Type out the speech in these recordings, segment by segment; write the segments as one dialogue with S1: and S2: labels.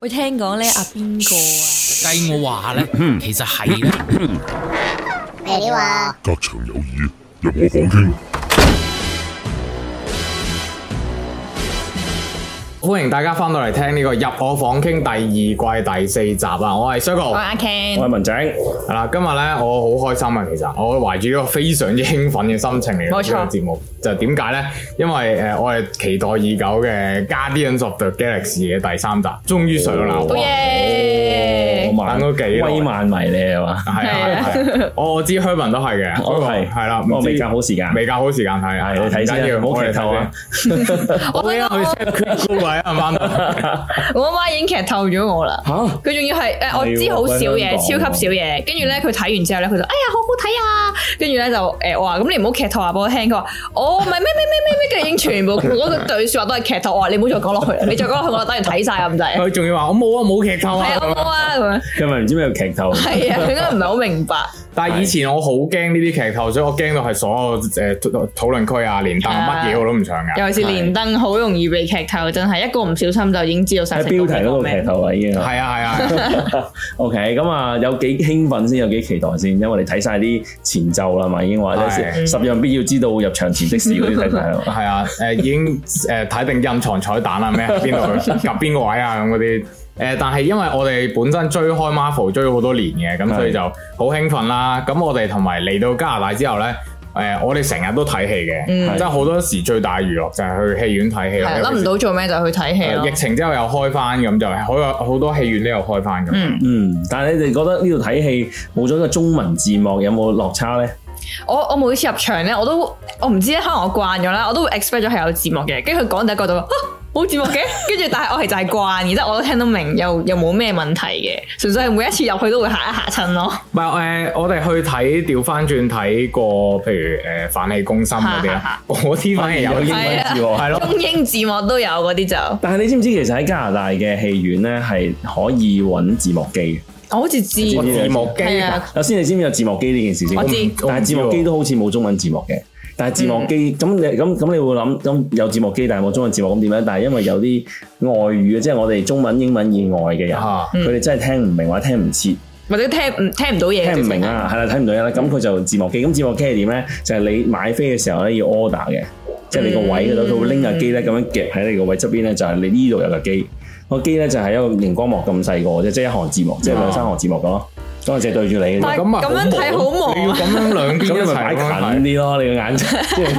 S1: 喂，聽講咧，阿邊個啊？
S2: 計我話咧，其實係咧，
S3: 咩料啊？
S4: 隔牆有耳，入我房傾。
S5: 歡迎大家翻到嚟聽呢個入我房傾第二季第四集啊！我係 Circle，
S1: 阿 Ken，
S6: 我係文井，
S5: 係啦，今日咧我好開心啊！其實我懷住一個非常之興奮嘅心情嚟
S1: 冇
S5: 錄
S1: 錯
S5: 呢個節目，就點解咧？因為誒、呃我係期待已久嘅《Guardians of the Galaxy》嘅第三集，終於上啦！
S6: 好
S1: 哦好嘢！
S5: 等咗幾耐
S6: 威漫迷你係嘛？
S5: 係啊係啊，我我知 Herman 都係嘅，
S6: 我都哦係
S5: 係啦，
S6: 我
S5: 唔知
S6: 未夾好時間
S5: 未夾好時間睇，
S6: 係你睇
S5: 唔緊
S6: 先
S5: 要
S6: 啊，唔好劇透啊！！
S1: 我
S5: 我哋
S1: 覺
S5: 我哋
S1: 得
S5: check 高位啊，啱啱？
S1: 我我媽已經劇透咗我啦。
S6: 嚇，
S1: 佢仲要係誒，我知好少嘢，
S6: 係喎
S1: 超級少嘢。跟住咧，佢睇完之後咧，佢就哎呀，好好睇啊！跟住咧就誒，我話咁你唔好劇透話俾我聽。佢話哦，唔係咩咩咩咩咩，跟住已經全部嗰個對説話都係劇透。我話你唔好再講落去啦，你再講落去我等完睇晒啊咁滯。
S5: 佢仲要話我冇啊，冇劇透啊
S1: 係！啊，我冇啊咁樣。
S6: 今日唔知咩叫劇透，
S1: 係啊，佢應該唔係好明白。
S5: 但係以前我好驚呢啲劇透，所以我驚到係所有誒討論區啊、連登啊
S1: 係啊
S5: 乜嘢我都唔上㗎。
S1: 尤其是連登好容易被劇透，真係一個唔小心就已經知道晒
S6: 喺
S1: 成個
S6: 標題嗰度劇透啊已經。
S5: 係啊係啊，
S6: OK，咁啊有幾興奮先，有幾期待先，因為你睇晒啲前奏啦嘛，已經話即
S5: 係
S6: 十樣必要知道入場前的事嗰啲睇晒啦
S5: 。係啊，誒已經誒睇定印藏彩蛋啊咩？邊度夾邊個位啊咁嗰啲。誒，但係因為我哋本身追開 Marvel 追咗好多年嘅，咁所以
S6: 係
S5: 就好興奮啦。咁我哋同埋嚟到加拿大之後咧，誒我哋成日都睇戲嘅，
S1: 嗯
S5: 即係好多時最大娛樂就係去啊戲院睇戲啦。
S1: 係
S5: 尤
S1: 諗
S5: 其
S1: 唔
S5: 是
S1: 到做咩就去睇戲咯
S5: 啊疫。情之後又開翻咁就係好有好多戲院都有開翻咁。
S1: 嗯，
S6: 嗯，但係你哋覺得呢度睇戲冇咗個中文字幕有冇落差咧？
S1: 我我每次入場咧，我都我唔知咧，可能我慣咗啦，我都會 expect 咗係有字幕嘅。跟住佢講第一個就話啊冇字幕嘅， 跟住但係我係就係慣，而得我都聽得明，又又冇咩問題嘅，純粹係每一次入去都會嚇一嚇親咯。
S5: 唔係誒，我哋去睇調翻轉睇過，譬如誒《反氣攻心》嗰啲啦，嗰啲反而有英
S1: 係
S5: 文
S1: 啊
S5: 字喎，係咯，
S1: 中英字幕都有嗰啲就，
S6: 但係你知唔知其實喺加拿大嘅戲院咧係可以揾字幕機嘅？
S1: 我好似知，
S5: 個字幕機
S1: 係啊，
S6: 首先你知唔知有字幕機呢件事先？
S1: 我知嗯
S6: 但係字幕機都好似冇中文字幕嘅。但係字幕機咁你咁咁你會諗咁有字幕機，但係冇中文字幕咁點咧？但係因為有啲外語嘅，即係我哋中文、英文以外嘅人，
S5: 啊
S6: 佢哋真係聽唔明或者聽唔切，
S1: 或者聽唔聽唔到嘢，
S6: 聽唔明
S1: 嗯
S6: 啊，係啦，睇唔到嘢啦。咁佢就字幕機。咁字幕機係點咧？就係你買飛嘅時候咧要 order 嘅，即係你個位嗰度，佢會拎架機咧咁樣夾喺你個位側邊咧，就係你呢度有架機。個機咧就係一個熒光幕咁細個啫，即係一行字幕，即係兩三行字幕咁咯。咁我淨係對住你嘅啫。
S1: 但係
S5: 咁啊
S1: 咁樣睇好忙啊
S5: 你要咁樣兩邊
S6: 咁
S5: 一
S6: 你咪
S5: 齊
S6: 擺
S5: 咁樣
S6: 近
S5: 睇。
S6: 啲咯，你個 眼睛即係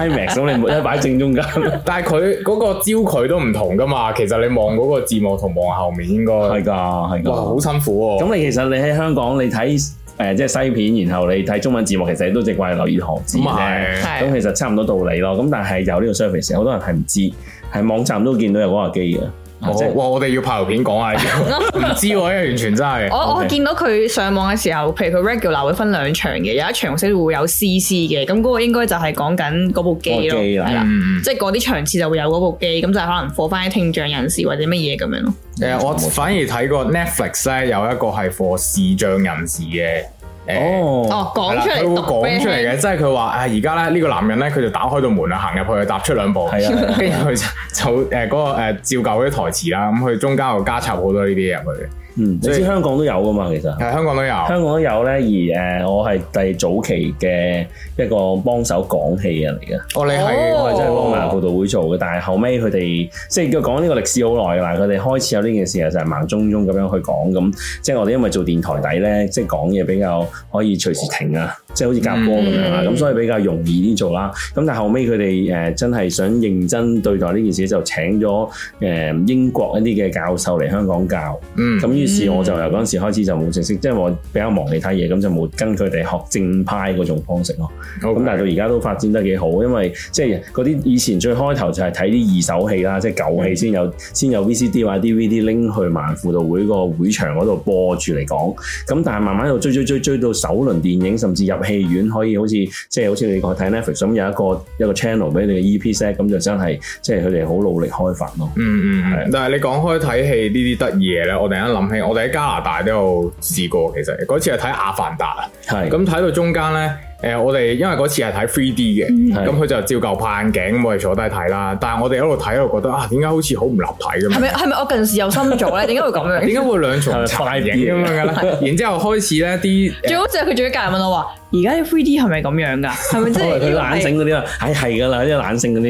S6: IMAX 咁，你唔一擺正中間。
S5: 但係佢嗰個焦距都唔同噶嘛，其實你望嗰個字幕同望後面應該，
S6: 係㗎，係
S5: 哇好
S6: 㗎。
S5: 辛苦喎。
S6: 咁你其實你喺香港你睇誒即係西片，然後你睇中文字幕，其實你都淨係掛留意行字
S5: 咁啊
S6: 啫。
S5: 係，
S1: 係
S6: 咁其實差唔多道理咯。咁但係有呢個 service，好多人係唔知，係網站都見到有嗰個機嘅。啊即
S5: 我
S6: 係
S5: 哦哇我哋要拍條片講下呢 個，唔知喎，因為完全真係。
S1: 我我
S6: OK
S1: 見到佢上網嘅時候，譬如佢 regular 會分兩場嘅，有一場先會有 CC 嘅，咁嗰個應該就係講緊嗰部機
S6: 嗰
S1: 咯，
S6: 個機啦
S1: 係啦，
S5: 嗯嗯
S1: 即係嗰啲場次就會有嗰部機，咁就係可能 for 翻啲聽障人士或者乜嘢咁樣咯。
S5: 誒，我反而睇過 Netflix 咧有一個係 for 視障人士嘅誒。
S6: 哦，
S1: 哦，
S5: 係
S1: 講
S5: 啦
S1: 出嚟
S5: 佢會
S1: 讀
S5: 講出嚟嘅，即係佢話啊，而家咧呢個男人咧，佢就打開到門啊，行入去踏出兩步，
S6: 係啊
S5: 跟住佢就就誒嗰個誒照舊啲台詞啦，咁佢中間又加插好多呢啲嘢入去嘅，
S6: 嗯，你
S5: 所以
S6: 知香港都有噶嘛，其實。
S5: 係香港都有，
S6: 香港都有咧，而誒我係第早期嘅一個幫手講戲嘅嚟嘅。
S5: 我哋係
S1: 哦
S6: 我係真係幫埋報道會做嘅，但係後尾佢哋即係講呢個歷史好耐㗎啦。佢哋開始有呢件事就係盲中中咁樣去講咁，即係我哋因為做電台底咧，即係講嘢比較可以隨時停啊，即係好似夾波咁樣啦，
S1: 嗯
S6: 咁、所以比較容易啲做啦。咁但係後尾佢哋誒呃真係想認真對待呢件事，就請咗誒、呃英國一啲嘅教授嚟香港教。
S5: 嗯，
S6: 咁於是我就由嗰陣時開始就冇正式，即係我比較忙其他嘢，咁就冇跟佢哋學正派嗰種方式咯。咁但係到而家都發展得幾好，因為即係嗰啲以前最開頭就係睇啲二手戲啦，即係舊戲先有先有 VCD 或者 DVD 拎去盲輔導會個會場嗰度播住嚟講。咁但係慢慢又追追追追到首輪電影，甚至入戲院可以好似即係好似你講睇 Netflix 咁有一個一個 channel 俾你嘅 EP set，咁就真係即係佢哋好努力開發咯。
S5: 嗯嗯
S6: 係
S5: 嗯，但係你講開睇戲呢啲得意嘢咧，我突然間諗起，我哋喺加拿大都有試過，其實嗰次係睇《阿凡達》啊，
S6: 係
S5: 咁睇到中間咧，誒、我哋因為嗰次係睇 3D
S1: 嗯
S5: 嘅，
S6: 係
S5: 咁佢就照舊拍眼鏡，咁我哋坐低睇啦。但係我哋一路睇一路覺得啊，點解好似好唔立體咁
S1: 係
S5: 樣？
S1: 咪係咪我近視又深咗 咧？點解會咁樣？
S5: 點解會兩重
S6: 係咪
S5: 殘
S6: 5D
S5: 影咁樣嘅咧？然之後開始咧啲
S1: 最好就係佢仲要隔離問我話：而家啲 3D 係咪咁樣㗎？係咪即
S6: 因為
S1: 係
S6: 佢懶醒嗰啲啦，唉哎係㗎啦，啲懶醒嗰啲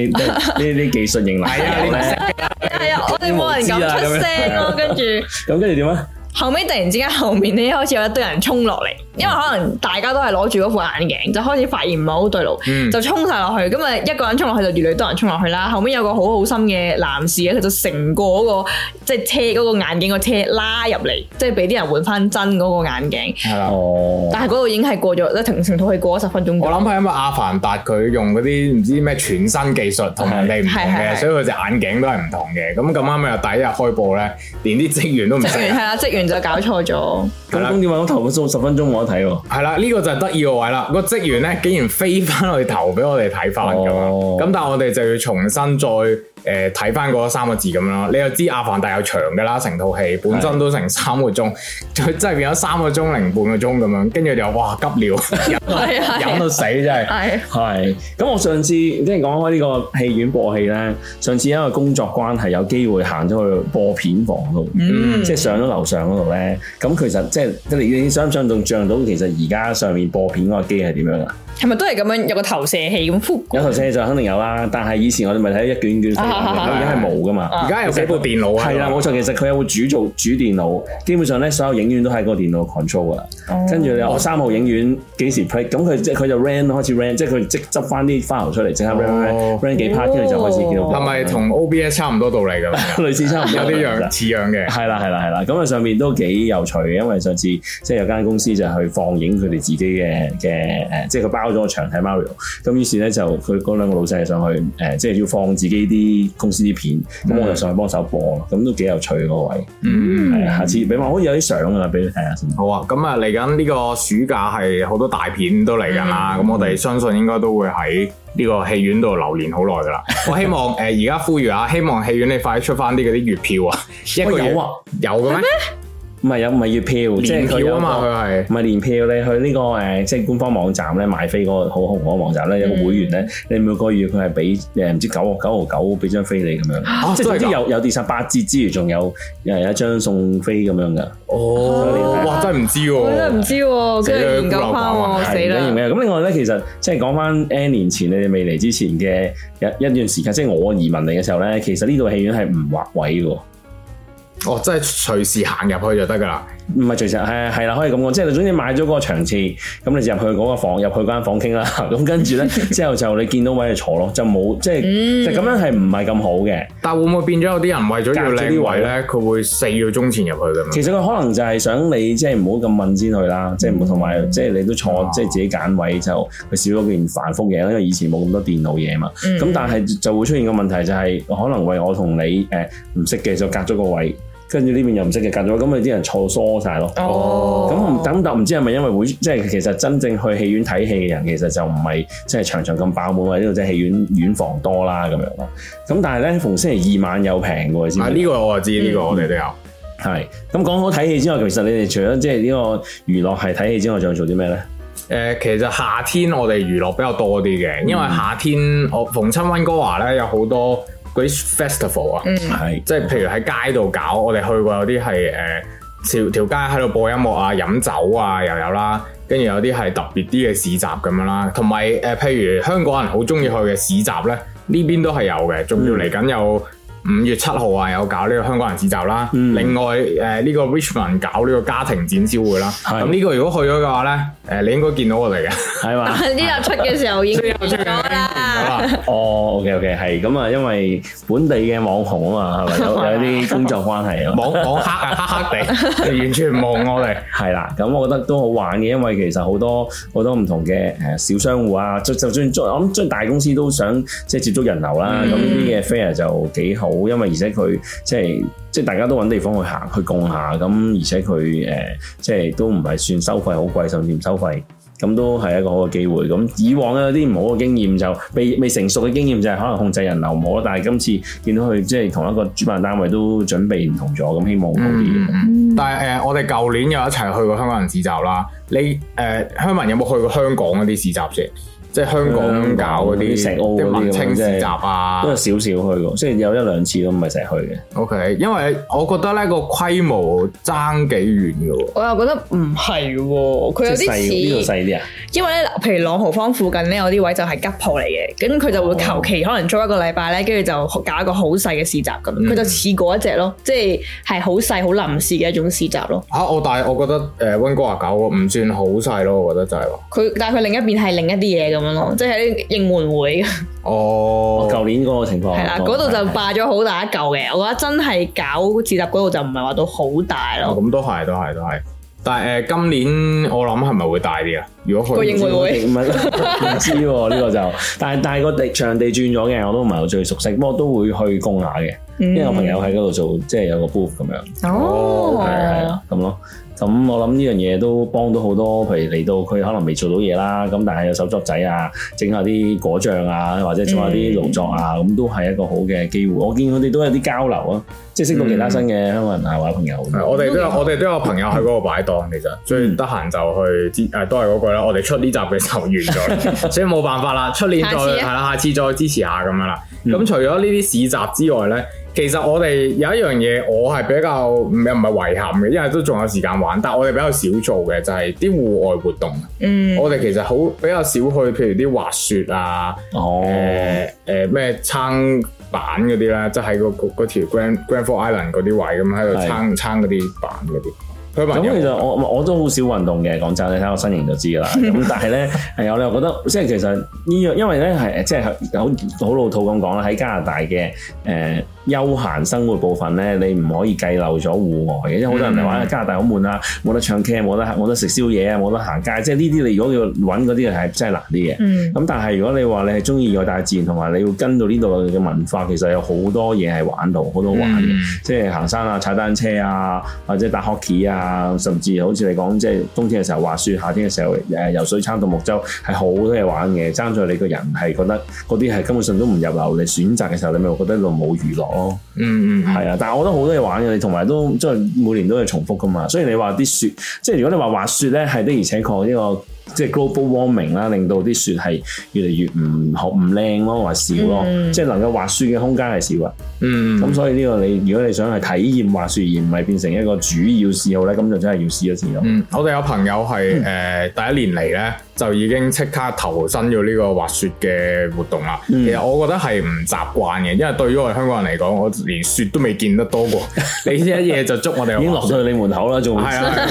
S6: 即係呢啲技術型懶
S5: 係啊你唔識
S6: 咧，
S1: 係啊，我哋冇人敢 出
S5: 啊
S1: 聲咯。跟住
S6: 咁跟住點啊？
S1: 後尾突然之間後面咧開始有一堆人衝落嚟，因為可能大家都係攞住嗰副眼鏡，就開始發現唔係好對路，
S5: 嗯
S1: 就衝晒落去。咁啊一個人衝落去就越嚟越多人衝落去啦。後尾有個好好心嘅男士咧，佢就成個嗰、個即係車嗰個眼鏡個車拉入嚟，即係俾啲人換翻真嗰個眼鏡。
S5: 係啦。
S6: 哦，
S1: 但係嗰度已經係過咗，即係停停套戲過咗十分鐘左右。
S5: 我諗係因為阿凡達佢用嗰啲唔知咩全新技術同人哋唔同
S1: 係係係
S5: 嘅，所以佢隻眼鏡都係唔同嘅。咁咁啱又第一日開播咧，連啲職員 都唔識。
S1: 職員 係啦，啊職員就搞錯咗。
S6: 咁咁點啊？我頭嗰十分鐘冇得睇喎。
S5: 係啦，呢、個就係得意個位啦。個職員咧竟然飛翻去頭俾我哋睇翻咁啊！
S6: 哦
S5: 咁、但係我哋就要重新再誒睇翻嗰三個字咁樣啦。你又知《阿凡達》又長㗎啦，成套戲本身都成三個鐘， 佢真係變咗三個鐘零半個鐘咁樣，跟住就哇急 尿，
S1: 係啊，
S5: 飲到死真係。
S1: 係
S6: 係，咁我上次即係講開呢個戲院播戲咧，上次因為工作關係有機會行咗去播片房度，
S1: 嗯
S6: 即係上咗樓上嗰度咧。咁其實即係即係你想唔想像像到其實而家上面播片嗰個機係點樣啊？
S1: 係咪都係咁樣有個投射器咁呼？
S6: 有頭先就肯定有啦，但係以前我哋咪睇一卷卷飛嘅，而家係冇噶嘛。
S5: 而家又寫部電腦啊，
S6: 係啦，冇錯，其實佢有會主做主電腦，基本上咧所有影院都喺個電腦 control 噶啦。跟住你我三號影院幾時 play？咁佢即佢就 ran 開始 ran，即係佢即執翻啲 file 出嚟，即刻 ran
S5: 哦
S6: ran 幾 part，跟住就開始叫。
S5: 係咪同 OBS 差唔多道理咁樣？
S6: 類似差唔
S5: 有
S6: 多
S5: 啲樣似樣嘅。
S6: 係啦，係啦，係啦，咁啊上面都幾有趣嘅，因為上次即係有間公司就去放映佢哋自己嘅嘅誒，即係佢包咗個場睇 Mario，咁於是咧就佢嗰兩個老細上去誒、即係要放自己啲公司啲片，咁我就上去幫手播咯，咁都幾有趣嗰個位，
S5: 嗯，
S6: 係啊，下次俾我好似有啲相啊，俾你睇下先。
S5: 好啊。咁啊，嚟緊呢個暑假係好多大片都嚟緊啦。咁、我哋相信應該都會喺呢個戲院度流連好耐噶啦。我希望誒而家呼籲下，希望戲院你快啲出翻啲嗰啲月票啊，一個月
S6: 有啊，
S5: 有嘅咩？
S6: 唔係有唔係月票，即係
S5: 年
S6: 佢
S5: 票
S6: 有
S5: 啊嘛，
S6: 個
S5: 佢係
S6: 唔係年票，你去呢、個誒，即係官方網站咧買飛嗰個好紅嗰個網站
S5: 嗯
S6: 咧，有個會員咧，你每個月佢係俾誒唔知九個九毫九俾張飛你咁樣，即係
S5: 啊真係
S6: 總之
S5: 㗎
S6: 有有跌殺八折之餘，仲有誒有一張送飛咁樣噶。
S5: 哦，哇，真係唔知喎，
S1: 我真係唔知喎，跟住研究翻喎，
S6: 係
S1: 死
S6: 唔緊
S1: 啦！
S6: 要嘅咁另外咧，其實即係講翻 N 年前你哋未嚟之前嘅一一段時間，即係我移民嚟嘅時候咧，其實呢度戲院係唔劃位嘅喎。
S5: 哦，真係隨時行入去就得噶啦。
S6: 唔係隨時係係啦，可以咁講，即係你總之買咗嗰個場次，咁你就入去嗰個房，入去間房傾啦。咁跟住咧，之後就你見到位就坐咯，就冇即係
S1: 嗯
S6: 就咁樣係唔係咁好嘅。
S5: 但會唔會變咗有啲人為咗要
S6: 隔咗啲
S5: 靚
S6: 位
S5: 位咧，佢會四個鐘前入去咁樣？嗯
S6: 其實佢可能就係想你即係唔好咁問先去啦，即係唔同埋即係你都
S5: 哦
S6: 坐即係自己揀位就佢少咗件繁複嘢啦，因為以前冇咁多電腦嘢嘛。
S1: 嗯
S6: 咁但係就會出現個問題就係、可能為我同你誒唔識嘅就隔咗個位，跟住呢邊又唔識嘅隔咗，咁你啲人坐疏晒咯。
S5: 哦
S6: 咁唔等等，唔知係咪因為會即係其實真正去戲院睇戲嘅人，其實就唔係即係場場咁爆滿，或者呢度即係戲院院房多啦咁樣咯。咁但係咧，逢星期二晚有平嘅喎，你知唔
S5: 啊，
S6: 知
S5: 呢、個我就知，呢、個我哋都有。
S6: 係咁講好睇戲之外，其實你哋除咗即係呢個娛樂係睇戲之外，仲有做啲咩咧？
S5: 誒、呃其實夏天我哋娛樂比較多啲嘅，因為夏天我逢親温哥華咧有好多嗰啲 festival 啊，
S6: 係
S5: 即係譬如喺街度搞，我哋去過有啲係誒條條街喺度播音樂啊、飲酒啊又有啦，跟住有啲係特別啲嘅市集咁樣啦，同埋誒譬如香港人好中意去嘅市集咧，呢邊都係有嘅，仲要嚟緊有。五月七號啊，有搞呢個香港人市集啦。
S6: 嗯
S5: 另外誒呢、個 Richmond 搞呢個家庭展銷會啦。
S6: 係
S5: 咁呢個如果去咗嘅話咧，誒、你應該見到我哋嘅。
S6: 係嘛？
S1: 呢集出嘅時候已經
S5: 出
S1: 咗啦，
S6: 哦，OK OK，係咁啊，因為本地嘅網紅啊嘛，係咪有有啲工作關係啊嘛？
S5: 網網黑啊，黑黑地，完全唔望我哋。
S6: 係啦，咁我覺得都好玩嘅，因為其實好多好多唔同嘅誒小商户啊，就就算再我諗，即係大公司都想即係接觸人流啦。咁呢啲嘅 fair 就幾好，因為而且佢即係即係大家都揾地方去行去共下，咁而且佢誒、即係都唔係算收費好貴，甚至唔收費。咁都係一個好嘅機會。咁以往有啲唔好嘅經驗就未未成熟嘅經驗就係可能控制人流唔好啦，但係今次見到佢即係同一個主辦單位都準備唔同咗，咁希望好
S5: 嗯
S6: 啲嘅。
S5: 但係誒、呃我哋舊年有一齊去過香港人市集啦。你誒、呃、香民有冇去過香港嗰啲市集先？即係香港搞嗰啲
S6: 香港嗰啲
S5: 即
S6: 石
S5: 係
S6: 澳嗰啲
S5: 文青市集
S6: 都有
S5: 啊。
S6: 少少去過，即係有一兩次都唔係成日去嘅。
S5: O、k 因為我覺得咧個規模爭幾遠嘅喎。
S1: 我又覺得唔係喎，佢有
S6: 即係細呢
S1: 啲
S6: 度
S1: 似，
S6: 細啲啊，
S1: 因為咧，譬如朗豪坊附近咧有啲位就係吉鋪嚟嘅，咁佢
S6: 哦
S1: 就會求其可能租一個禮拜咧，跟住就搞一個好細嘅市集咁，
S6: 嗯
S1: 佢就似嗰一隻咯，即係係好細好臨時嘅一種市集咯。
S5: 嚇、啊我但係我覺得誒温哥華搞個唔算好細咯，我覺得就係、話
S1: 佢但係佢另一邊係另一啲嘢咁樣咯，即係啲應援會
S5: 哦
S6: 我，舊年嗰個情況哦
S1: 係啦，嗰度就霸咗好大一嚿嘅。我覺得真係搞市集嗰度就唔係話到好大
S5: 哦
S1: 咯。
S5: 咁都係，都係，都係。但係誒、呃今年我諗係咪會大啲啊？如果
S1: 個
S5: 佢
S1: 應援會
S6: 唔係唔知喎呢個就，但係但係個地場地轉咗嘅，我都唔係好最熟悉，不過都會去攻下嘅，因為我朋友喺嗰度做，即係有個 booth 咁樣。
S1: 哦，
S6: 係係啊，咁咯。咁我諗呢樣嘢都幫到好多，譬如嚟到佢可能未做到嘢啦，咁但係有手作仔啊，整下啲果醬啊，或者做下啲勞作啊，
S5: 嗯
S6: 咁、都係一個好嘅機會。我見佢哋都有啲交流啊，即係識到其他新嘅香港人啊或者朋友。
S5: 嗯係我哋都有，我哋都有朋友喺嗰度擺檔，
S1: 嗯
S5: 其實，所以得閒就去支誒、啊都係嗰句啦。我哋出呢集嘅時候完 咗，所以冇辦法啦。出年再
S1: 下次啊
S5: 係啦，下次再支持下咁樣啦。
S6: 嗯
S5: 咁、除咗呢啲市集之外咧，其實我哋有一樣嘢我係比較唔係唔係遺憾嘅，因為都仲有時間玩，但係我哋比較少做嘅就係啲戶外活動。
S1: 嗯，
S5: 我哋其實好比較少去，譬如啲滑雪啊。
S6: 哦，
S5: 誒誒咩撐板嗰啲啦，即係喺嗰嗰嗰條 Grand Grand f o r Island 嗰啲位咁喺度
S6: 係
S5: 撐撐嗰啲板嗰啲。佢問
S6: 咁其實
S5: 有
S6: 我我都好少運動嘅，講真，你睇我身形就知 㗎啦。咁但係咧，係我咧覺得，即係其實呢樣，因為咧係即係好好老土咁講啦，喺加拿大嘅誒、呃、休閒生活部分咧，你唔可以計漏咗戶外嘅，因為好多人就
S5: 嗯
S6: 話啊加拿大好悶啊，冇得唱 K，冇得冇得食宵夜啊，冇得行街，即係呢啲你如果要揾嗰啲係真係難啲嘅。
S1: 嗯
S6: 咁但係如果你話你係中意個大自然，同埋你要跟到呢度嘅文化，其實有好多嘢係玩到，好多玩嘅。即係行山啊、踩單車啊，或者打 hockey 啊，甚至好似你講，即係冬天嘅時候滑雪，夏天嘅時候誒游水、撐獨木舟，係好多嘢玩嘅。爭在你個人係覺得嗰啲係根本上都唔入流，你選擇嘅時候，你咪會覺得一路冇娛樂咯。
S5: 嗯嗯嗯
S6: 係啊，但係我覺得好多嘢玩嘅，你同埋都即係每年都係重複噶嘛。雖然你話啲雪，即係如果你話滑雪咧，係的而且確呢個即係 global warming 啦，令到啲雪係越嚟越唔好唔靚咯，或少咯，
S1: 嗯
S6: 即係能夠滑雪嘅空間係少啊。
S5: 嗯
S6: 咁
S5: 嗯，
S6: 所以呢個你如果你想係體驗滑雪而唔係變成一個主要嗜好咧，咁就真係要試一試咯。
S5: 嗯，我哋有朋友係誒、
S6: 嗯
S5: 第一年嚟咧，就已經即刻投身咗呢個滑雪嘅活動啦。
S6: 嗯
S5: 其實我覺得係唔習慣嘅，因為對於我哋香港人嚟講，我連雪都未見得多 過，你一嘢就捉我哋
S6: 已
S5: 去
S6: 經
S5: 滑
S6: 落
S5: 雪
S6: 到去你門口啦，
S1: 啊
S6: 仲
S5: 係啊，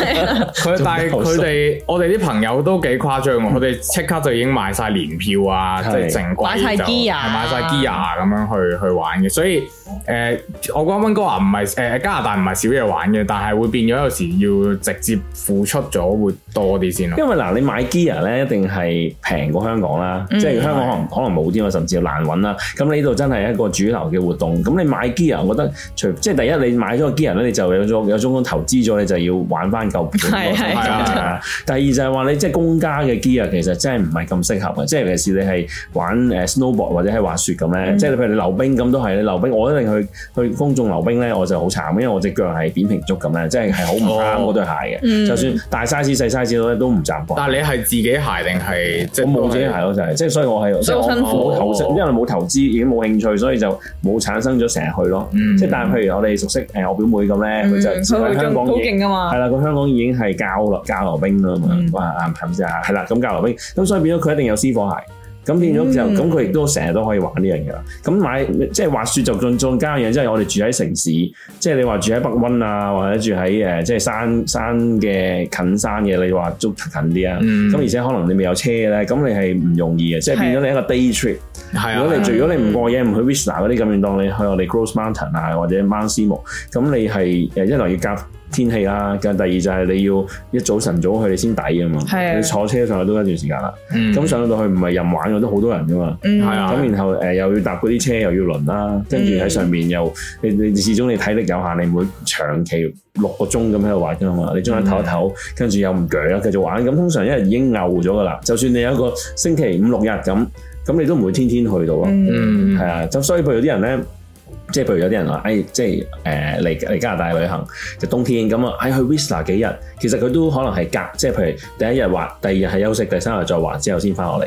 S5: 佢但係佢哋我哋啲朋友都幾誇張喎，佢哋即刻就已經買晒年票啊，即
S6: 係
S5: 係成季
S1: 買晒
S5: 就
S1: gear 啊
S5: 係買晒 gear 啊咁樣去去玩嘅，所以誒，我覺得温哥華唔係誒加拿大唔係少嘢玩嘅，但係會變咗有時要直接付出咗會多啲先咯。
S6: 因為嗱，你買 gear 咧一定係平過香港啦，即係香港可能可能冇添啊，甚至難揾啦。咁你呢度真係一個主流嘅活動。咁你買 gear，我覺得除即係第一，你買咗個 gear 咧，你就有咗有種投資咗，你就要玩翻夠本
S1: 係
S6: 嗰個
S1: 係
S6: 價
S5: 係
S6: 值啦。第二就係話你即係公家嘅 gear 其實真係唔係咁適合嘅，啊即係尤其是你係玩誒 snowboard 或者係滑雪咁咧，即係你譬如你溜冰咁都係，你溜冰我一定去去公眾溜冰咧，我就好慘，因為我只腳係扁平足咁咧，即係係好唔啱嗰對鞋嘅。
S1: 嗯
S6: 就算大 size 細 size 咧都唔習慣。
S5: 但係你係自己鞋定係即
S6: 我
S5: 係哦
S6: 冇自己鞋咯，就係即係，所以我係即係我
S1: 辛苦
S6: 冇投資，因為冇投資，已經冇興趣，所以就冇產生咗成日去咯。
S5: 嗯
S6: 即係但係，譬如我哋熟悉誒我表妹咁咧，佢就
S1: 嗯
S6: 自己
S1: 佢
S6: 喺
S1: 好
S6: 香港
S1: 好
S6: 已經
S1: 勁噶嘛
S6: 係，啦，佢香港已經係教流教流兵啦嘛
S1: 啊嗯，
S6: 哇啱唔啱先啊？係啦，咁教流兵，咁所以變咗佢一定有私貨鞋。咁變咗就
S1: 嗯
S6: 咁，佢亦都成日都可以玩呢樣嘢啦。咁買即係滑雪就進進加一樣，即係我哋住喺城市，即係你話住喺北温啊，或者住喺誒即係山山嘅近山嘅，你話捉近啲啊。
S5: 嗯
S6: 咁而且可能你未有車咧，咁你係唔容易嘅，即係變咗你一個 day trip。
S5: 係
S6: 如果
S5: 啊
S6: 你，如果你唔過夜，唔去 Whistler 嗰啲咁遠檔，你去我哋 Gross Mountain 啊，或者 Mount Simo，咁你係誒一來要夾天氣啦，咁第二就係你要一早晨早去你先抵啊嘛，
S1: 係啊
S6: 你坐車上去都一段時間啦。
S5: 嗯
S6: 咁上到去唔係任玩嘅，都好多人噶嘛。
S1: 嗯，
S5: 係啊
S6: 咁然後誒又要搭嗰啲車，又要輪啦，跟住喺上面又你你始終你體力有限，你唔會長期六個鐘咁喺度玩噶嘛，你中間唞一唞，跟住又唔鋸啦，繼續玩。咁通常一日已經漚咗噶啦，就算你有一個星期五六日咁，咁你都唔會天天去到咯。
S1: 嗯，
S5: 嗯
S6: 係啊，咁所以譬如有啲人咧。即係譬如有啲人話，誒、哎即係誒嚟嚟加拿大旅行，就冬天咁啊，誒、去 Whistler 幾日，其實佢都可能係隔，即係譬如第一日滑，第二日係休息，第三日再滑，之後先翻落嚟，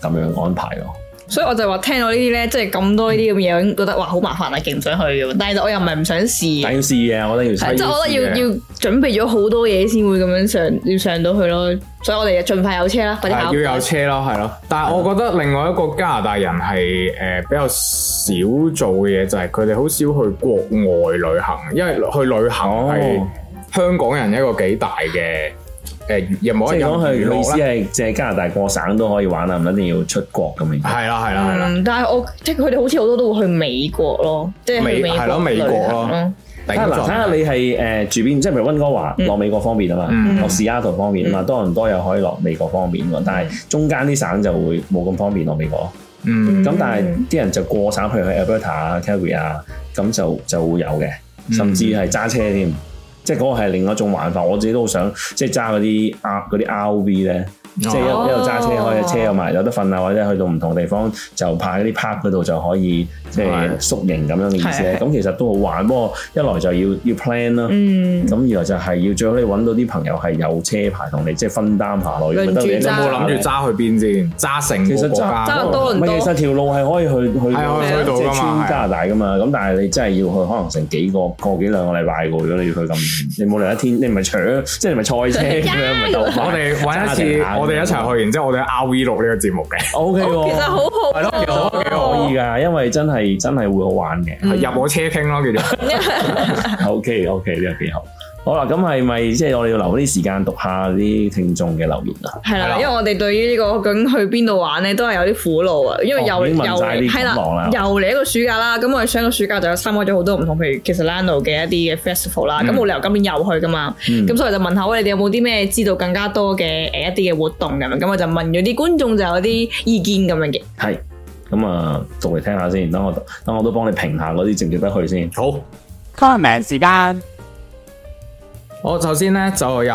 S6: 咁樣安排咯。
S1: 所以我就話聽到呢啲咧，即係咁多呢啲咁嘅嘢，我已經覺得哇好麻煩啊，勁唔想去咁。但係我又唔係唔想試
S6: 但，要試嘅，我覺得
S1: 係
S6: 要試。
S1: 即係我覺得要
S5: 嘅
S1: 要準備咗好多嘢先會咁樣上要上到去咯。所以我哋就盡快有車啦，快啲考
S5: 係。要有車咯，係咯。但係我覺得另外一個加拿大人係誒、呃比較少做嘅嘢，就係佢哋好少去國外旅行，因為去旅行係
S6: 哦
S5: 香港人一個幾大嘅誒，又冇
S6: 即
S5: 得
S6: 係講
S5: 娛
S6: 佢意思
S5: 樂啦。
S6: 係，即係加拿大過省都可以玩啦，唔一定要出國咁樣。
S5: 係啦，係啦，係啦。
S1: 嗯，但係我即係佢哋好似好多都會去美國咯，即係去
S5: 美
S1: 美
S5: 係咯
S1: 國
S5: 美國
S1: 旅行
S5: 咯
S1: 咯。
S5: 頂
S6: 睇下嗱，
S5: 撞
S6: 睇下你係誒住邊，即係譬如温哥華落美國方面啊嘛
S5: 嗯，
S6: 落 Seattle 方面啊嘛，
S1: 嗯
S6: 多倫多又可以落美國方面喎，但係中間啲省就會冇咁方便落美國。
S5: 嗯
S6: 咁但係啲人就過省，譬如去 Alberta 啊、Calgary 啊，咁就就會有嘅，
S1: 嗯
S6: 甚至係揸車添。即係嗰個係另一種玩法，我自己都好想即係揸嗰啲 R 嗰啲 RV 咧，即係一
S1: 哦
S6: 一路揸車開車有埋有得瞓啊，或者去到唔同地方就泊喺啲 park 嗰度就可以即係
S5: 係
S6: 宿營咁樣嘅意思
S1: 係係
S6: 咧。咁其實都好玩，不過一來就要要 plan 啦。
S1: 嗯，
S6: 咁二來就係要最好你揾到啲朋友係有車牌同你即係分擔下咯，如果唔係得你一
S1: 輪住
S5: 有
S6: 個
S1: 揸
S5: 冇諗
S6: 人
S5: 住揸去邊先？揸成
S6: 其
S5: 個
S6: 實
S5: 國家
S6: 揸
S1: 揸多
S6: 唔
S1: 倫多
S6: 係，其實條路係可以去去
S5: 係可以去到
S6: 即
S5: 㗎
S6: 係
S5: 嘛
S6: 穿
S5: 係
S6: 加拿大噶嘛。咁但係你真係要去，可能成幾個個幾兩個禮拜喎。如果你要去咁遠，你冇理由一天，你唔係搶，即係你咪 賽車咁樣，咪鬥快
S5: 我哋玩一次，我哋一齊。去，然之後我哋 R V 錄呢個節目嘅，
S6: O K 喎，
S1: 哦其實好好
S5: 係咯，幾好幾好，
S6: 可以㗎，因為真係真係會好玩嘅。
S1: 嗯
S5: 入我車傾咯， 叫做
S6: O K O K，呢個幾好。好啦，咁係咪即係我哋要留啲時間讀下啲聽眾嘅留言啊？
S1: 係
S5: 係
S1: 啦，
S5: 啦
S1: 因為我哋對於呢個究竟去邊度玩咧，都係有啲苦惱啊。因為又
S6: 哦已經
S1: 又
S6: 問晒啲
S1: 係
S6: 錦囊
S1: 啦
S6: 啦，
S1: 又嚟一個暑假啦。咁我哋上個暑假就有參加咗好多唔同，譬如 k i s l a n o 嘅一啲嘅 festival
S6: 嗯
S1: 啦。咁冇理由今年又去噶嘛。咁所以就問下喂，你哋有冇啲咩知道更加多嘅誒一啲嘅活動咁樣？咁我就問咗啲觀眾就有啲意見咁樣嘅。
S6: 係咁啊，讀嚟聽下先。等我等我都幫你評下嗰啲值唔值得去 先。
S5: 好。
S7: comment 時間，
S5: 我首先咧就有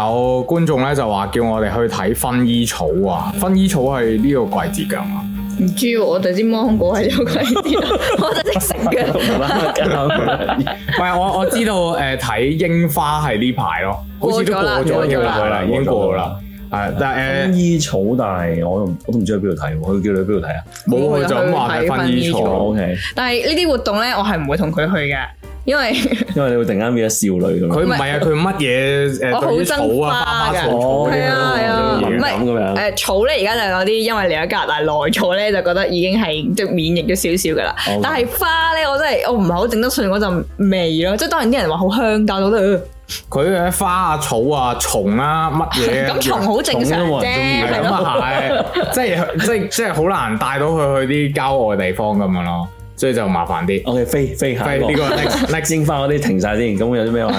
S5: 觀眾咧就話叫我哋去睇薰衣草啊，薰衣草係呢個季節㗎嘛？
S1: 唔知喎我哋知芒果係有貴啲，我就識食嘅。
S6: 啊
S5: 唔係我 我知道誒睇櫻花係呢排咯，好似都過咗
S1: 過咗
S5: 㗎
S1: 啦嗯
S5: 啦，已經過咗啦。係，呃但
S6: 薰
S5: 係誒
S6: 衣草，但係我又我都唔知去邊度睇喎，佢叫你去邊度睇啊
S5: 冇佢就咁話睇薰衣
S1: 哦
S5: 草，
S6: ？O K，
S1: 但係呢啲活動咧，我係唔會同佢去嘅，因為
S6: 因為你會突然間變咗少女咁樣。
S5: 佢唔係啊，佢乜嘢
S1: 我
S5: 誒
S1: 好
S5: 對於草
S1: 憎
S5: 啊、花
S1: 花
S5: 花
S1: 㗎
S5: 草
S6: 哦
S5: 草
S1: 係啊係啊，
S6: 敏感咁樣
S1: 誒草咧，而家就有啲因為嚟咗加拿大耐草咧，就覺得已經係即係免疫咗少少噶啦。
S6: OK
S1: 但係花咧，我真係我唔係好整得順嗰陣味咯。即係當然啲人話好香，但我覺得呃
S5: 佢嘅花啊、草啊、蟲啊、乜嘢
S1: 呃咁蟲好正常
S6: 蟲都冇
S1: 啫，
S6: 人
S5: 係
S1: 係
S5: 咁
S1: 咯。
S5: 啊係，即係即係即係好難帶到佢去啲郊外地方咁樣咯，所以就麻煩啲。
S6: O K，飛飛下哦
S5: 係
S6: 一
S5: 呢
S6: 個。
S5: 個 next next
S6: 櫻花嗰啲停晒先，咁有啲咩玩？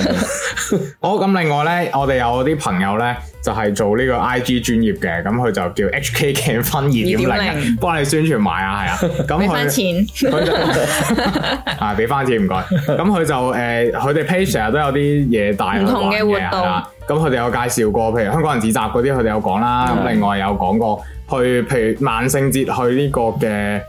S5: 好咁，另外咧，我哋有啲朋友咧，就係、做呢個 I G 專業嘅，咁佢就叫 H K 鏡分二點零，
S1: 2.0
S5: 幫你宣傳埋啊，係啊，咁
S1: 俾翻
S5: 佢
S1: 錢，
S5: 佢就啊俾 翻錢唔該，咁佢就誒佢哋 page 成日都有啲嘢帶去
S1: 唔同嘅活
S5: 玩係啦咁佢哋有介紹過，譬如香港人市集嗰啲，佢哋有講
S1: 嗯
S5: 啦，咁另外有講過去，譬如萬聖節去呢個嘅。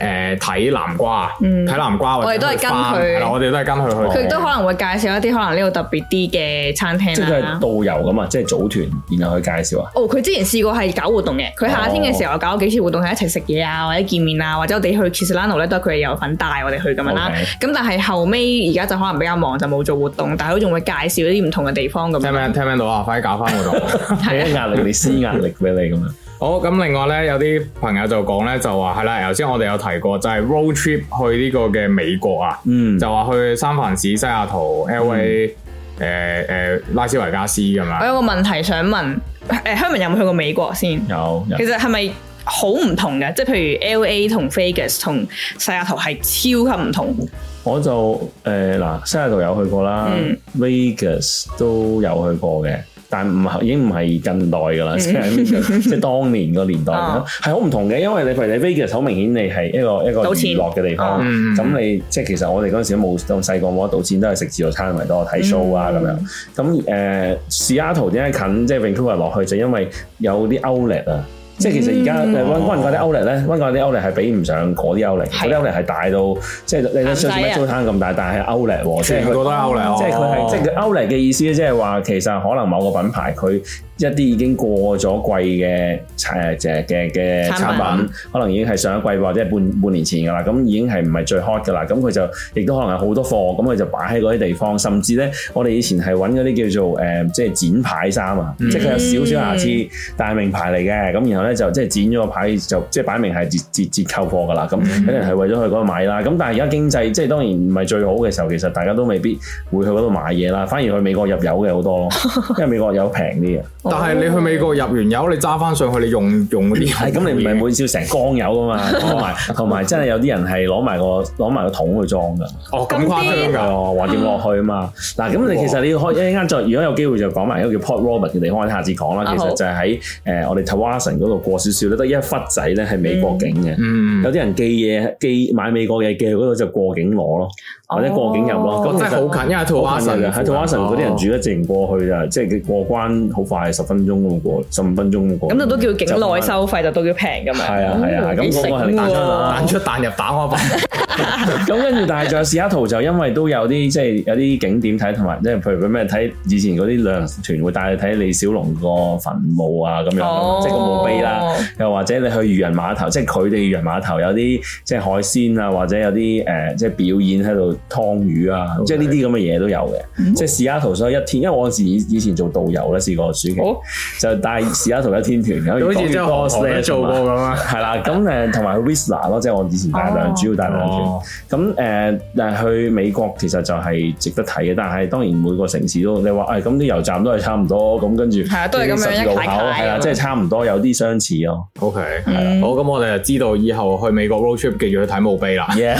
S5: 誒睇南瓜，
S1: 嗯
S5: 睇南瓜或者
S1: 我哋都係
S5: 去
S1: 跟
S5: 花
S1: 佢
S5: 係啦我哋都係跟佢
S6: 哦
S5: 去。
S1: 佢都可能會介紹一啲可能呢度特別啲嘅餐
S6: 即係
S1: 廳
S6: 佢
S1: 啦
S6: 係。導遊咁啊，即係組團，然後去介紹啊。
S1: 哦，佢之前試過係搞活動
S6: 哦
S1: 嘅，佢夏天嘅時候搞咗幾次活動，係一齊食嘢啊，或者見面啊，或者我哋去 k i s l a n o 咧都係佢哋有份帶我哋去咁樣啦。
S6: OK
S1: 咁但係後尾而家就可能比較忙，就冇做活動，但係佢仲會介紹一啲唔同嘅地方咁
S5: 聽唔
S1: 樣。
S5: 聽聽唔聽到啊？快啲搞 翻 我度。
S1: 啊
S6: 俾啲壓力你，施壓力俾你咁樣。
S5: 好，咁另外咧，有啲朋友就講咧，就話係啦，頭先我哋有提過，就係、road trip 去呢個嘅美國啊，
S6: 嗯，
S5: 就話去三藩市、西雅圖、L A、誒
S6: 嗯
S5: 誒拉斯維加斯咁
S1: 我
S5: 樣。
S1: 有個問題想問，誒香文有冇去過美國先？
S6: 有有
S1: 其實係咪好唔同嘅？即係譬如 L A 同 Vegas 同西雅圖係超級唔同。
S6: 我就誒嗱、西雅圖有去過啦、
S1: 嗯
S6: v e g a s 都有去過嘅。但唔係已經唔係近代㗎
S1: 嗯
S6: 啦，即係即係當年個年代
S1: 啊
S6: 係好唔同嘅，因為你譬如你 Vegas 好明顯你係一個一個
S1: 賭錢
S6: 娛樂嘅地方
S1: 啊，
S5: 嗯
S6: 咁你即係其實我哋嗰陣時都冇咁細個冇得賭錢，都係食自助餐為多睇 show
S1: 嗯
S6: 啊咁樣。咁誒，西雅圖點解近即係 Vancouver 落去，就因為有啲 outlet 啊。即係其實而家誒呃
S1: 嗯
S6: 温温嗰啲 outlet 咧，温嗰啲 outlet 係比唔上嗰啲 outlet，
S1: 係
S6: 嗰啲 outlet 係大到即係你都上
S1: 唔使
S6: 次
S1: 啊
S6: 咩租攤咁大，但係 outlet 喎，即係
S5: 全
S6: 佢
S5: 個都歐嚟，
S6: 即係佢係即係佢 outlet 嘅意思，即係話其實可能某個品牌佢一啲已經過咗季嘅誒嘅嘅嘅
S1: 產
S6: 產
S1: 品
S6: 品，可能已經係上一季或者係半半年前㗎啦，咁已經係唔係最 hot 㗎啦，咁佢就亦都可能係好多貨，咁佢就擺喺嗰啲地方，甚至咧我哋以前係揾嗰啲叫做誒、即係剪牌衫啊，
S5: 嗯
S6: 即係佢有少少瑕疵，但係名牌嚟嘅，咁然後咧就即係剪咗個牌就即係擺明係折折折扣貨㗎啦，咁有啲人係為咗去嗰度買啦，咁但係而家經濟即係當然唔係最好嘅時候，其實大家都未必會去嗰度買嘢啦，反而去美國入油嘅好多 咯，因為美國油平啲嘅。
S5: 哦但係你去美國入完油，你揸翻上去，你用用嗰啲
S6: 係咁，你唔係每朝成缸油噶 嘛？同埋同埋真係有啲人係攞埋個攞埋個桶去裝㗎，
S5: 哦咁誇張
S6: 係
S5: 㗎，
S6: 啊，話點落去啊嘛？嗱，咁你其實你要開一陣間再，如果有機會就講埋一個叫 Port Robert 嘅地方，下次講啦。
S1: 啊
S6: 其
S1: 好
S6: 實就係喺誒我哋 Tawason 嗰度過少少咧，得一忽仔咧係美國境嘅。
S5: 嗯
S6: 有，啲人寄嘢寄買美國嘢寄去嗰度就過境攞咯，或者過境入咯。
S1: 哦
S6: 咁
S5: 真係
S6: 其實
S5: 好近，因為啊土
S6: 好
S5: 瓦
S6: 近
S5: 神
S6: 嘅喺 Tawason 嗰啲人住得直過去啊就即係佢過關好快，十分鐘咁過，十五分鐘咁過。
S1: 咁就都叫境內
S6: 就
S1: 收費，就都叫平噶嘛。
S6: 係啊係啊
S1: 嗯
S6: 咁嗰個係
S1: 幾醒
S6: 大餐
S1: 喎
S5: 哦
S6: 啦
S5: 彈出彈入打開吧。
S6: 咁跟住，但係仲有西雅圖就因為都有啲即係有啲景點睇，同埋即係譬如咩睇以前嗰啲旅行團會帶你睇李小龍個墳墓啊咁樣，
S1: 哦
S6: 即係個墓碑啦。又或者你去漁人碼頭，即係佢哋漁人碼頭有啲即係海鮮啊，或者有啲誒、呃即係表演喺度劏魚啊，即係呢啲咁嘅嘢都有嘅。
S5: 嗯
S6: 即係西雅圖所以一天，因為我以前以前做導遊咧，試過暑期、
S1: 哦
S6: 就帶西雅圖一天團，
S5: 好似真係韓國都做過咁啊！
S6: 係啦，咁誒同埋去 Whistler 咯，即係我以前帶兩
S1: 哦
S6: 主要帶兩團。
S5: 哦，
S6: 咁誒，呃但係去美國其實就係值得睇嘅，但係當然每個城市都你話誒，哎咁啲油站都係差唔多，咁跟住
S1: 係啊都係咁樣
S6: 十字
S1: 一
S6: 路口
S1: 排排
S6: 係啦，
S1: 咁
S6: 即係差唔多有啲相似咯。
S5: OK，係啦，
S6: 嗯
S5: 好咁，我哋就知道以後去美國 road trip 記住去睇墓碑 啦。
S6: y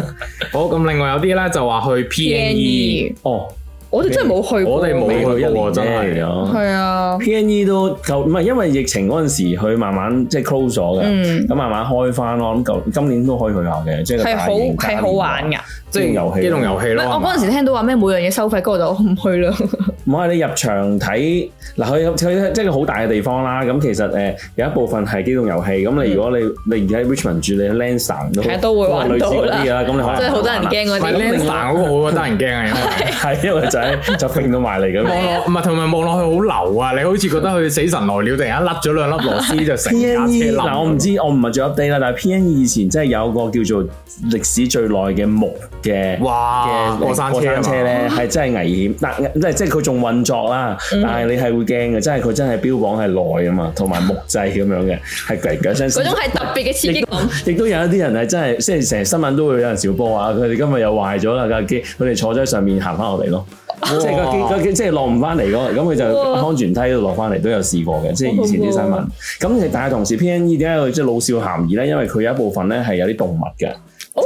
S5: 好咁，另外有啲咧就話去 PNE，
S1: PNE
S6: 哦，
S1: E 我哋真係冇去過，
S5: 我哋冇
S6: 美 E 國一
S5: 去過
S6: 年
S5: 真係
S6: 啫嚟講
S1: 係啊，
S6: PNE E 都夠，唔係因為疫情嗰陣時，佢慢慢即係 close 咗嘅，
S1: 嗯，
S6: 咁慢慢開翻咯。咁舊今年都可以去下嘅，即係個
S1: 係
S6: 大
S1: 好
S6: 型嘉
S1: 係
S6: 年
S1: 好
S6: 華
S1: 玩㗎。
S5: 即係機
S6: 機
S5: 動
S6: 動
S5: 遊
S6: 遊
S5: 戲
S1: 唔
S5: 咯。
S1: 係我嗰陣時聽到話咩每樣嘢收費，嗰個就我唔去啦。
S6: 唔啊係你入場睇嗱，佢有佢即係一個好大嘅地方啦。咁其實誒、呃有一部分係機動遊戲。咁你如果你你而家喺 Richmond 住，你喺 Lansdowne 都
S1: 係都會玩
S6: 類似
S1: 到
S6: 嗰
S1: 啦
S6: 啲嘢啦。啊咁你可能
S1: 真係好多人驚嗰
S5: 唔係
S1: 啲。
S5: Lens 嗰個好覺得人驚啊，因為
S6: 係因為就係就揈到埋嚟 咁。
S5: 望落唔係同埋望落去好流啊！你好似覺得佢死神來了，突然間甩咗兩粒螺絲就成架車冧。
S6: PNE E，嗱，我唔知我唔係最 update 啦，但係 PNE 以前真係有個叫做歷史最耐嘅木嘅。
S5: 哇！
S6: 嘅
S5: 過山
S6: 過
S5: 車啊
S6: 山
S5: 嘛
S6: 車咧係真係危險，但即係即係佢仲運作啦，
S1: 嗯
S6: 但係你係會驚嘅，真係佢真係標榜係耐啊嘛，同埋木製咁樣嘅，係嘭嘭聲。
S1: 嗰種係特別嘅刺激感，
S6: 亦都有一啲人係真係，即係成日新聞都會有人小波話，佢哋今日又壞咗啦架機，佢哋坐咗喺上面行翻落嚟咯，即係個機個機即係落唔翻嚟咯，咁佢就
S1: 哇
S6: 安全梯度落翻嚟都有試過嘅，即係以前啲新
S1: 好
S6: 聞。咁但係同時 PNE 點解佢即係老少咸宜咧？因為佢有一部分咧係有啲動物嘅，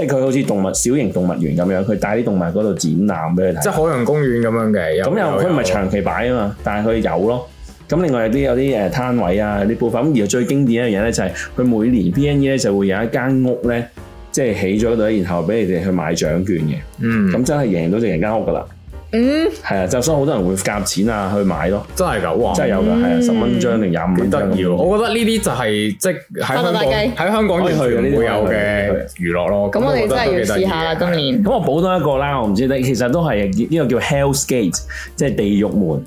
S6: 即係佢好似動物小型動物園咁樣，佢帶啲動物嗰度展覽俾佢睇。
S5: 即係海洋公園咁樣嘅。
S6: 咁又佢唔係長期擺啊嘛，但係佢有咯。咁另外有啲有啲誒攤位啊，有啲部分咁而最經典一樣嘢咧就係佢每年 PNE 咧就會有一間屋咧，即係起咗度，然後俾你哋去買獎券嘅。
S5: 嗯，
S6: 咁真係贏到成人間屋噶啦，
S1: 嗯，
S6: 係啊，就所以好多人會夾錢啊去買咯，
S5: 真係㗎，哇！
S6: 真係有㗎，係啊，十蚊張定廿五
S5: 哦嗯幾
S6: 蚊
S5: 得
S6: 張
S5: 意喎！我覺得呢啲就係即係喺香
S1: 發達
S5: 港
S1: 大計
S5: 喺香港完全唔會有嘅娛樂咯。
S1: 咁我哋真係要試下啦，今
S5: 年
S1: 年。
S6: 咁我補多一個啦，我唔知你其實都係呢個叫 Hell's Gate，即係地獄門，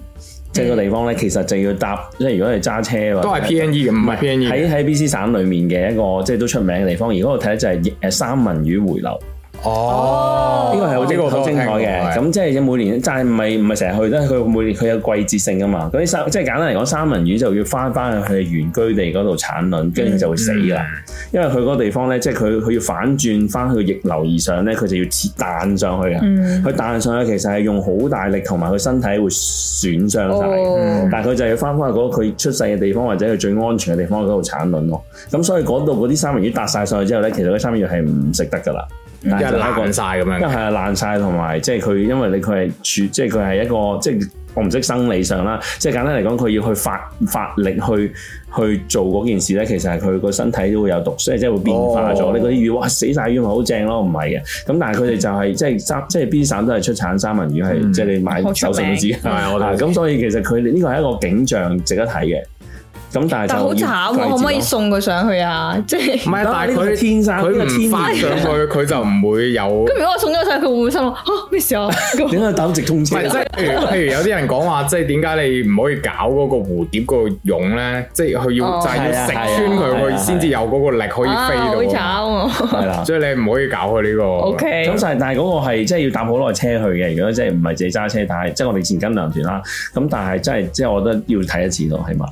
S6: 即係個地方咧，其實就要搭，即係如果你揸車嘅
S5: 都係 PNE 嘅，唔係 PNE E 嘅
S6: 喺喺 B.C 省裏面嘅一個即係都出名嘅地方，而嗰度睇就係誒三文魚回流，
S5: 哦
S6: 呢個係好精好精彩嘅。咁即係每年，但係唔係唔係成日去，都係佢每年佢有季節性噶嘛。嗰啲三即係簡單嚟講，三文魚就要翻翻去佢嘅原居地嗰度產卵，跟住就會死㗎啦。因為佢嗰個地方咧，即係佢佢要反轉翻去逆流而上咧，佢就要切彈上去啊。
S1: 嗯，
S6: 佢彈上去其實係用好大力，同埋佢身體會損傷晒。
S1: 哦，
S6: 但係佢就要翻返去嗰個佢出世嘅地方，或者佢最安全嘅地方嗰度產卵咯。咁所以嗰度嗰啲三文魚搭晒上去之後咧，其實嗰啲三文魚係唔食得㗎啦，
S5: 一
S6: 但係就係一個
S5: 爛晒咁
S6: 一
S5: 樣。
S6: 係爛晒，同埋即係佢，因為你佢係處，即係佢係一個即係我唔識生理上啦，即係簡單嚟講，佢要去發發力去去做嗰件事咧，其實係佢個身體都會有毒，所以即係會變化咗。
S5: 哦
S6: 你嗰啲魚哇死晒魚咪好正咯，唔係嘅。咁但係佢哋就係、即係三即係 B 省都係出產三文魚，係、
S5: 嗯
S6: 即係你買
S1: 好出
S6: 手信都 知。
S1: 名
S5: 係我
S6: 啊
S5: 哋
S6: 咁所以其實佢哋呢個係一個景象值得睇嘅。咁但係就
S1: 但好慘
S6: 要
S1: 喎，可唔可以
S6: 季節咯
S1: 送佢上去啊？即係
S5: 唔係，
S6: 得
S5: 但係
S6: 呢個
S5: 佢
S6: 係天生呢個
S5: 佢唔
S6: 天
S5: 發
S6: 然
S5: 上去， 佢就唔會有
S1: 咁如果我送咗上去，佢會唔會心諗啊咩事啊？咁
S6: 點解等直通
S5: 唔
S6: 車？
S5: 係，即係譬如譬如有啲人講話，即係點解你唔可以搞嗰個蝴蝶個蛹咧？即係佢要
S1: 哦
S5: 就係要食穿
S6: 係啊係啊
S5: 佢，佢先至有嗰個力可以
S1: 啊好
S5: 飛
S1: 慘
S5: 到。
S1: 啊
S6: 係啦。
S5: 所以你唔可以搞佢呢個。
S1: ！O K，
S6: 咁就係，但係嗰個係即係要搭好耐車去嘅。如果即係唔係自己揸車，但係即係我哋以前跟兩團啦。咁但係真係即係我覺得要睇一次咯，起碼。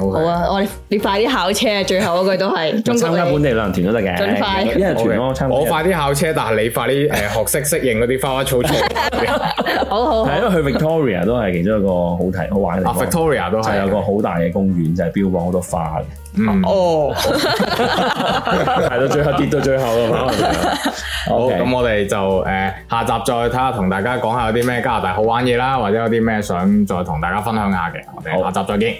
S5: OK
S1: 好啊！我哋你快啲考車啊！最後嗰句都係中
S6: 參
S1: 國
S6: 加
S1: 嚟
S6: 本地旅行團都得嘅，
S1: 盡快
S6: 一日團咯，參加一日團。
S5: 我快啲考車，但係你快啲誒學識適應嗰啲花花草啊草。
S1: 好好好
S6: 係因為去 Victoria 都係其中一個好睇好玩嘅地
S5: 啊
S6: 方。
S5: ，Victoria 都
S6: 就
S5: 係
S6: 係有個好大嘅公園，就係標榜好多花 嘅，
S5: 嗯
S1: 哦，
S6: 排到最後跌到最後啊嘛。
S5: 好，
S6: OK
S5: 咁我哋就誒下集再睇下同大家講下有啲咩加拿大好玩嘢啦，或者有啲咩想再同大家分享下嘅，我哋
S6: 好
S5: 下集再見，